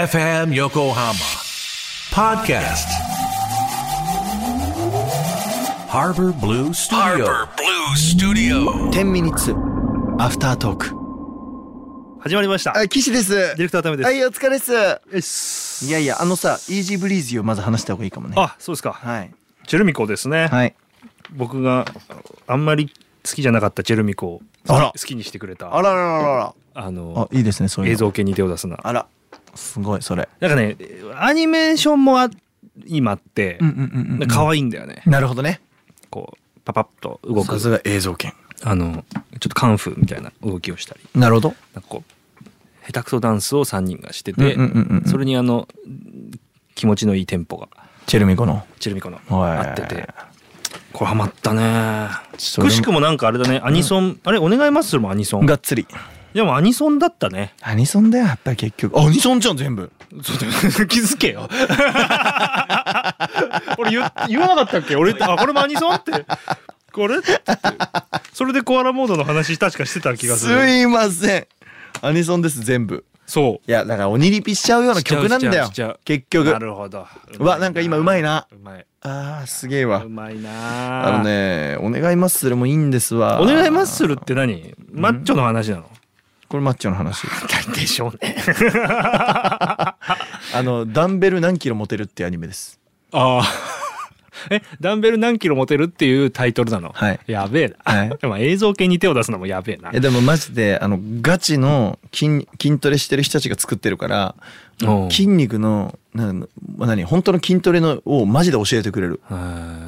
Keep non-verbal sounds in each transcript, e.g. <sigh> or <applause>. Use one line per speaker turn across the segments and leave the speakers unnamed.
FM Yokohama Podcast Harbor Blue Studio
天ミニッツアフタートーク
始まりました。
あ岸ですデ
ィレクターためです
はいお疲れっす
よし
いやいやあのさイージーブリーズをまず話した方がいいかもね
あ、そうですか。
はい
チェルミコですね。
はい
僕があんまり好きじゃなかったチェルミコを
あら
好きにしてくれた、
あららららら
あ
あ
の、
いいですねそういうの
映像系に手を出すな。
あらすごいそれ
なんかね、アニメーションもあ今あって、
うんうんうんうん
なんか可愛いんだよね。
なるほどね
こう、パパッと動く
さ、すが映像権
あの、ちょっとカンフーみたいな動きをしたり、
なるほど
なんかこう、下手くそダンスを3人がしてて、
うんうんうんうん
それにあの、気持ちのいいテンポが、
チェルミコの
チェルミコの
はい
合ってて。これハマったね
それ
くしくもなんかあれだねアニソン、あれお願いまするもアニソン
がっつり
でもアニソンだったね
アニソンだよやっぱり結局あアニソンじゃん全部 <laughs>
そうだよ気づけよ俺言言わなかったっけ俺あこれもアニソンってこれってそれでコアラモードの話確かしてた気がす
す
る
いませんアニソンです全部
そ
いやだから鬼リピしちゃうような曲なんだよ
しちゃうしちゃうしちゃう
結
う
局
なるほどう
わなんか今うまいな
うまい
あーすげえわ
うまいな
あのね、お願いマッスルもいいんですわ。
お願いまするって何マッチョの
<laughs>
話なの、
これマッチョの話。
でしょうね
<laughs> あの、ダンベル何キロ持てるっていうアニメです。
ああ。 <laughs> え、ダンベル何キロ持てるっていうタイトルなの。
はい
やべえな。
はい
<laughs> でも映像系に手を出すのもやべえな。
え、でもマジで、あの、ガチの筋、筋トレしてる人たちが作ってるから、
おう
筋肉の、なん何、本当の筋トレのをマジで教えてくれる。
も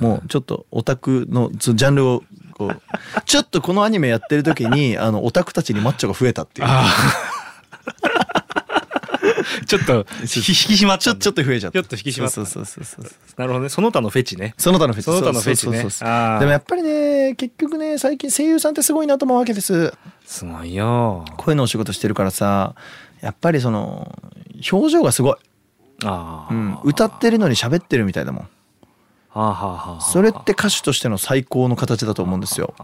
もうちょっとオタクのそのジャンルをこう <laughs> ちょっとこのアニメやってる時にあのオタクたちにマッチョが増えたっていう
う、ちょっと、引き締まっ
ち
ちゃ
ょ
っ
ちょっと増えちゃった
ちょっと引き締まった
そうそうそうそうそう
なるほどね。その他のフェチね。
その他のフェチ
その他のフェチね
そうそうそうそう
あー
でもやっぱりね結局ね最近声優さんってすごいなと思うわけです
すごいよ。
声のお仕事してるからさやっぱりその表情がすごい、
ああ。
うん、歌ってるのに喋ってるみたいだもん
はあはあはあ。
それって歌手としての最高の形だと思うんですよ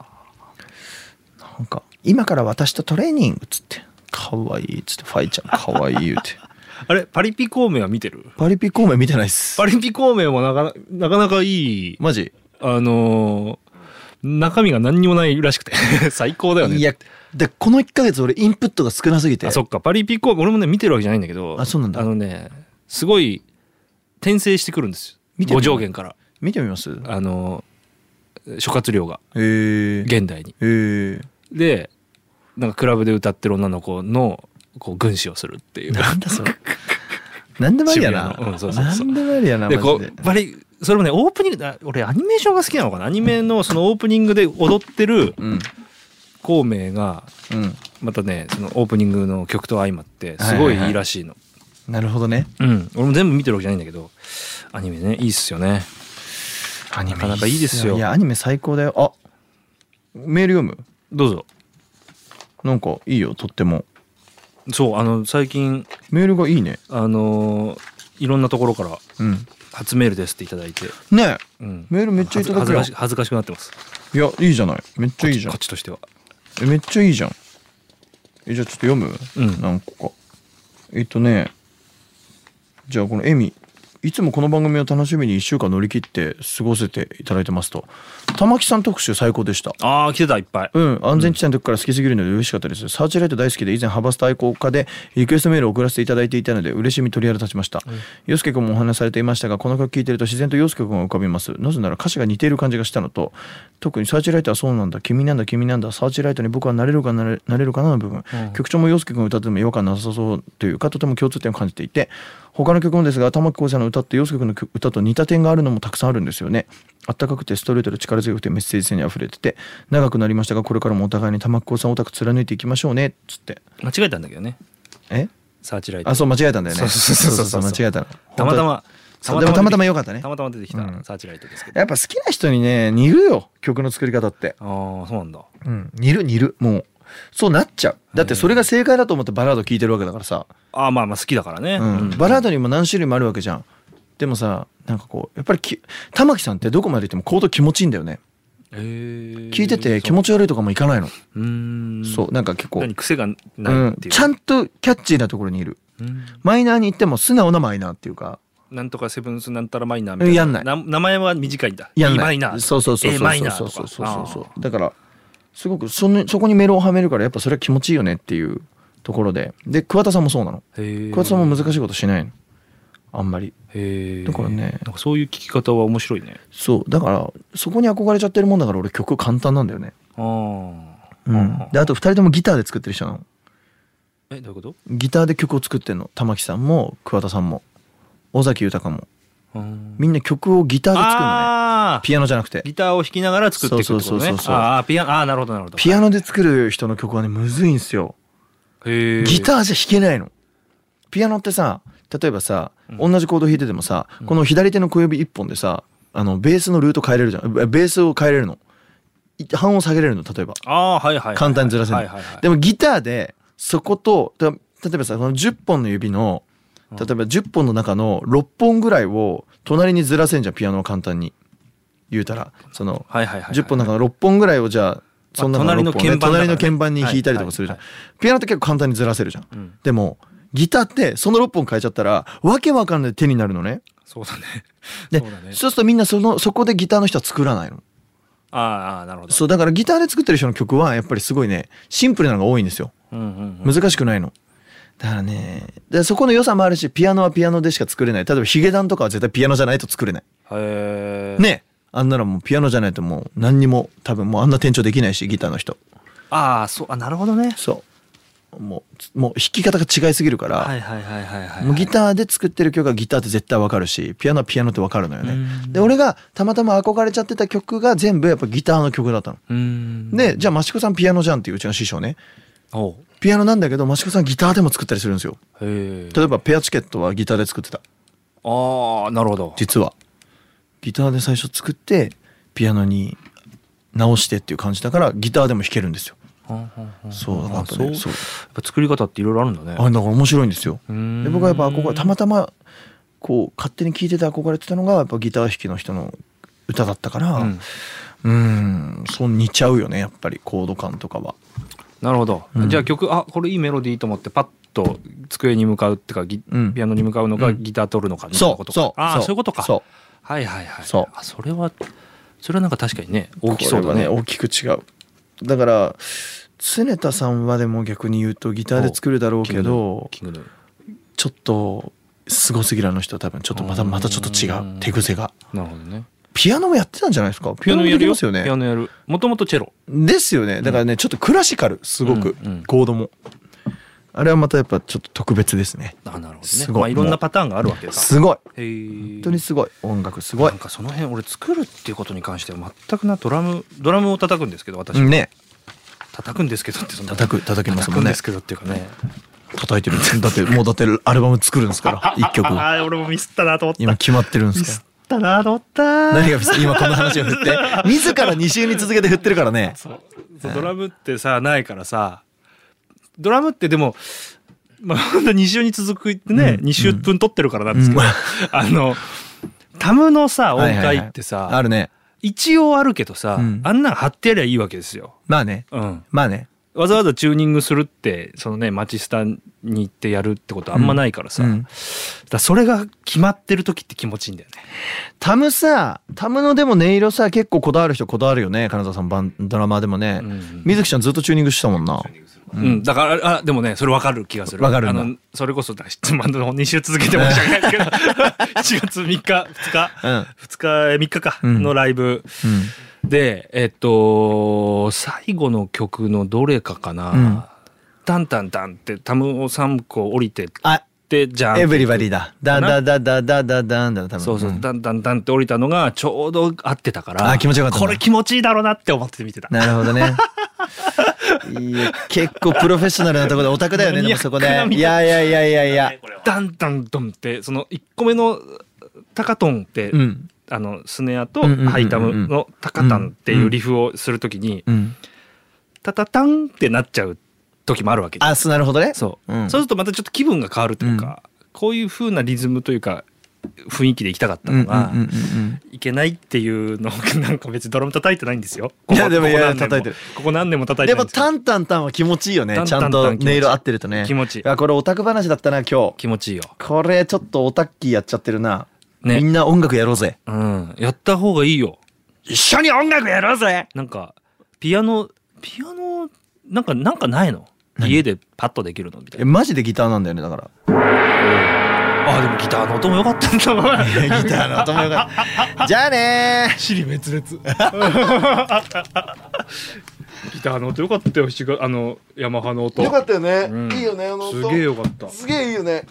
なんか「今から私とトレーニング」っつって「かわいい」っつって「ファイちゃんかわいい」言うて
<laughs> あれ、パリピ孔明は見てる
パリピ孔明見てないっす
パリピ孔明もなかななかなかいい、
マジ
あのー中身が何にもないらしくて。 <laughs> 最高だよね。
いやでこの1ヶ月俺インプットが少なすぎて
あそっかパリピコ俺もね見てるわけじゃないんだけど
あそうなんだ
あのねすごい転生してくるんですよ
見てる
五条弦から
見てみます
あの諸葛亮が
へえ
現代に
へえ
でなんかクラブで歌ってる女の子のこう軍師をするっていう
なんだそれ。なんでもありやな。
渋谷のうんそうそうそう
なん <laughs> でもありやな。
で
マ
こ
ジで
うバリそれもねオープニングあ俺アニメーションが好きなのかなアニメのそのオープニングで踊ってる
うん。
孔明が
うん。
またねそのオープニングの曲と相まってすごいいいらしいの、
なるほどね。
うん俺も全部見てるわけじゃないんだけどアニメねいいっすよね
ア
ニメなかなかいいですよ
いや、アニメ最高だよ。あメール読む
どうぞ
なんかいいよ、とっても。
そうあの最近
メールがいいね。
あのーいろんなところから
うん。
初メールですっていただいて、
ねえ。
うん、
メールめっちゃいただ
恥
く
ず
よ
かし。恥ずかしくなってます
いや、いいじゃない。めっちゃいいじゃ
こ
ん
っ。ちとしては
えめっちゃいいじゃん。え、じゃあちょっと読む
うん
何個か。えっとね。じゃあこのエミいつもこの番組を楽しみに1週間乗り切って過ごせていただいてますと玉木さん特集最高でした
ああ来てたいっぱい、
うん、安全地帯の時から好きすぎるので嬉しかったです。サーチライト大好きで以前ハバスタ愛好家でリクエストメールを送らせていただいていたので嬉しみ鳥肌立ちました。洋、介君もお話しされていましたが、この曲聴いてると自然と洋介君が浮かびます。なぜなら歌詞が似ている感じがしたのと、特にサーチライトはそうなんだ、君なんだ、君なんだ、サーチライトに僕はなれるかなれなれるかなの部分、曲調も洋介君が歌っても違和感なさそうというか、とても共通点を感じていて、他の曲もですが玉置浩二さんの歌って陽介君の曲歌と似た点があるのもたくさんあるんですよねあったかくてストレートで力強くてメッセージ性にあふれてて長くなりましたがこれからもお互いに玉置浩二さんオタク貫いていきましょうねっつって
間違えたんだけどね
え
サーチライト
あそう間違えたんだよね
そうそうそうそう
間違えたの
たまたま
そうでもたまたま良かったね
たまたま出てきた
うん
サーチライトですけど、
やっぱ好きな人にね似るよ曲の作り方って、
ああそうなんだ
うん、似る似るもうそうなっちゃうだってそれが正解だと思ってバラード聴いてるわけだからさ、
ああまあまあ好きだからね、
うん
うん
バラードにも何種類もあるわけじゃんでもさなんかこうやっぱりき玉木さんってどこまで行ってもコード気持ちいいんだよね
へー
聞いてて気持ち悪いとかもいかないの、
うーん
そうなんか結構、
何癖が
う
ないっ
ん、
ていう、
ちゃんとキャッチーなところにいるマイナーに行っても素直なマイナーっていうか
なんとかセブンスなんたらマイナーみたいな。
やんない
な名前は短いんだ。
やん
E
な
マ
い
イナー。
そうそうそうそう
A マイナー
そ
と
う
か。
そうそうそうそうだからすごくそのそこにメロをはめるからやっぱそれは気持ちいいよねっていうところでで桑田さんもそうなの
あーへ
桑田さんも難しいことしないのあんまり
え。
だからね
なんかそういう聞き方は面白いね。
そうだからそこに憧れちゃってるもんだから俺曲簡単なんだよね
ああ。
うんであと2人ともギターで作ってる人なの
え、どういうこと
ギターで曲を作ってんの玉木さんも桑田さんも尾崎豊も
あー
みんな曲をギターで作るのね
あー
ピアノじゃなくて
ギターを弾きながら作っていくってこと
そうそうそう
ね
そう。そう
あーあー、ピアノ、ああー、なるほど、なるほど。
ピアノで作る人の曲はねむずいんすよ
へえ。
ギターじゃ弾けないのピアノってさ例えばさ、同じコード弾いててもさ、この左手の小指一本でさあのベースのルート変えれるじゃんベベースを変えれるのい半音下げれるの例えば
ああー、はいはいはい。
簡単にずらせな
はいいはいはい。
でもギターでそことだ例えばさこの10本の指の例えば10本の中の6本ぐらいを隣にずらせんじゃんピアノは簡単に言うたらその
はいはいはい。
10本の中の6本ぐらいをじゃあその中
まあ
の6本で
隣
隣
の
の
鍵
鍵盤
盤だからね
に弾いたりとかするじゃん
は
ピアノって結構簡単にずらせるじゃ
うん
んでもギターってその6本変えちゃったらわけわかんない手になるのね
そうだね。
で
そうだね。
そうするとみんなそのそこでギターの人は作らないの
あーあー、なるほど。
そうだからギターで作ってる人の曲はやっぱりすごいねシンプルなのが多いんですよ
うんうんうん。
難しくないのだからねでそこの良さもあるしピアノはピアノでしか作れない例えばヒゲダンとかは絶対ピアノじゃないと作れない
へえ。。
ねあんなのもうピアノじゃないともう何にも多分もうあんな転調できないしギターの人
ああ、そう、あ、なるほどね。
そうもうもう弾き方が違いすぎるから、
はいはいはいはいはい。
もうギターで作ってる曲はギターって絶対わかるしピアノはピアノってわかるのよねで俺がたまたま憧れちゃってた曲が全部やっぱギターの曲だったの、
うーん。
でじゃあ益子さんピアノじゃんっていううちの師匠ね
おう。
ピアノなんだけど益子さんギターでも作ったりするんですよ
へえ。
例えばペアチケットはギターで作ってた
ああ、なるほど。
実はギターで最初作ってピアノに直してっていう感じだからギターでも弾けるんですよ
はんはんはん
そう
あ
やっぱ
そう
ねそう
やっぱ作り方っていろいろあるんだね。
あだから面白いんですよ
うーん
で僕はやっぱ憧れたまたまこう勝手に聴いてて憧れてたのがやっぱギター弾きの人の歌だったから
う
うんんそう似ちゃうよねやっぱりコード感とかは
なるほど。
うん
じゃあ曲、あ、これいいメロディーと思って、パッと机に向かうってか、ギ
うん
ピアノに向かうの
う
か、
ん
ギター取るのか、みたいな
そ
こと
う
か。
そう
ああ、そういうことか。
そう
はいはいはい。
そう
あ、それは、それはなんか確かにね、大きそうだね。
これは大きく違うだから常田さんはでも逆に言うとギターで作るだろうけど
キングヌー、キング
ちょっとすごすぎるあの人は多分ちょっとまた
うん
またちょっと違う手癖が
ヌーなるほどね。
ピアノもやってたんじゃないですかピアノも
や
や
る
り
よ。
ますよね
ピアノやる。もともとチェロ。
ですよねだからね、ちょっとクラシカルすごく、
うんうん
コードもあれはまたやっぱちょっと特別ですね
あ、なるほどね。
すごい
まあ、いろんなパターンがあるわけだ。
すごい
へえ
本当にすごい音楽すごい
なんかその辺俺作るっていうことに関しては全くなドラムドラムを叩くんですけど私は
ね
叩くんですけどってそんな
叩く叩きます
叩
も
くん
んね
ですけどっていうかね
叩いてるだってもうだってアルバム作るんです
<laughs>
から一曲
ああ俺もミスったなと思った
今決まってるんですか
たなと思った
ら何がミ
<laughs>
ス今この話を振って自ら2週に続けて振ってるからね
そうそうドラムってさないからさドラムってでもまあほんと2週に続くね、
うん
2週分取ってるからなんですけど、
うん
<laughs> あのタムのさ音
はいはいはい
階ってさ、
あるね
一応あるけどさ、
うん
あんなん貼ってやりゃいいわけですよ。
まあね
うん、
まあね
わざわざチューニングするってそのねマチスタに行ってやるってことあんまないからさ、
うん
だからそれが決まってる時って気持ちいいんだよね
タムさタムのでも音色さ結構こだわる人こだわるよね金沢さんバンドラマーでもね、
ん
水木ちゃんずっとチューニングしてたもんな
うん、だからあでもねそれ分かる気がする
わかるんだ
あのそれこそだ質問の2週続けて <laughs> 申し訳ないですけど7月3日2日、
うん
2日え3日か
うん
のライブ、
うん
でえっと最後の曲のどれかかな、
うん
タンタンタンってタムを3個降りてっ
あ
てじゃん
エブリバディだ。だだだだだだだんだ多分。
そうそう、
ん
だんだんだんって降りたのがちょうど合ってたから
あ気持ちよかったん
こ
だ
れ気持ちいいだろうなって思って見てた
なるほどね。いや結構プロフェッショナルなところでオタクだよねでもそこで。い
マ
や
ニアックない
やいやいやいや。
ダンダンドンってその1個目のタカトンって、
うん
あのスネアと
うんうんうんうん
ハイタムのタカタンっていうリフをするときに
うん。
タタタンってなっちゃう時もあるわけじゃん
あそうなるほどね。
そう、
うん
そうするとまたちょっと気分が変わるというか、こういう風なリズムというか雰囲気で行きたかったのが、
うんうんうん
いけないっていうのをなんか別にドラム叩いてないんですよ。
いやでも
ここ
いや
何年
叩いてる
ここ何年も叩
う
い
ん、
て
で
な
も
いんですよ
タンタンタンは気持ちいいよね
タンタンタン
ちゃんと音色合ってるとね
気持ちいい
やこれオタク話だったな今日
気持ちいいよ。
これちょっとオタッキーやっちゃってるな、
ね
みんな音楽やろうぜ
うん。やった方がいいよ。
一緒に音楽やろうぜ
なんか、ピアノ、ピアノ、なんか、なんかないの家でパッとできるのみたい
え
な。
マジでギターなんだよねだから
あ、でもギターの音も良かったんだわ。 <laughs>
ギターの音もよかった。 <laughs> じゃあね
シリ滅 <laughs> 裂。ギターの音良かったよ、七月あの、ヤマハの音。
よかったよね、
うん
いいよねあの音
すげえ良かった。
すげえいいよね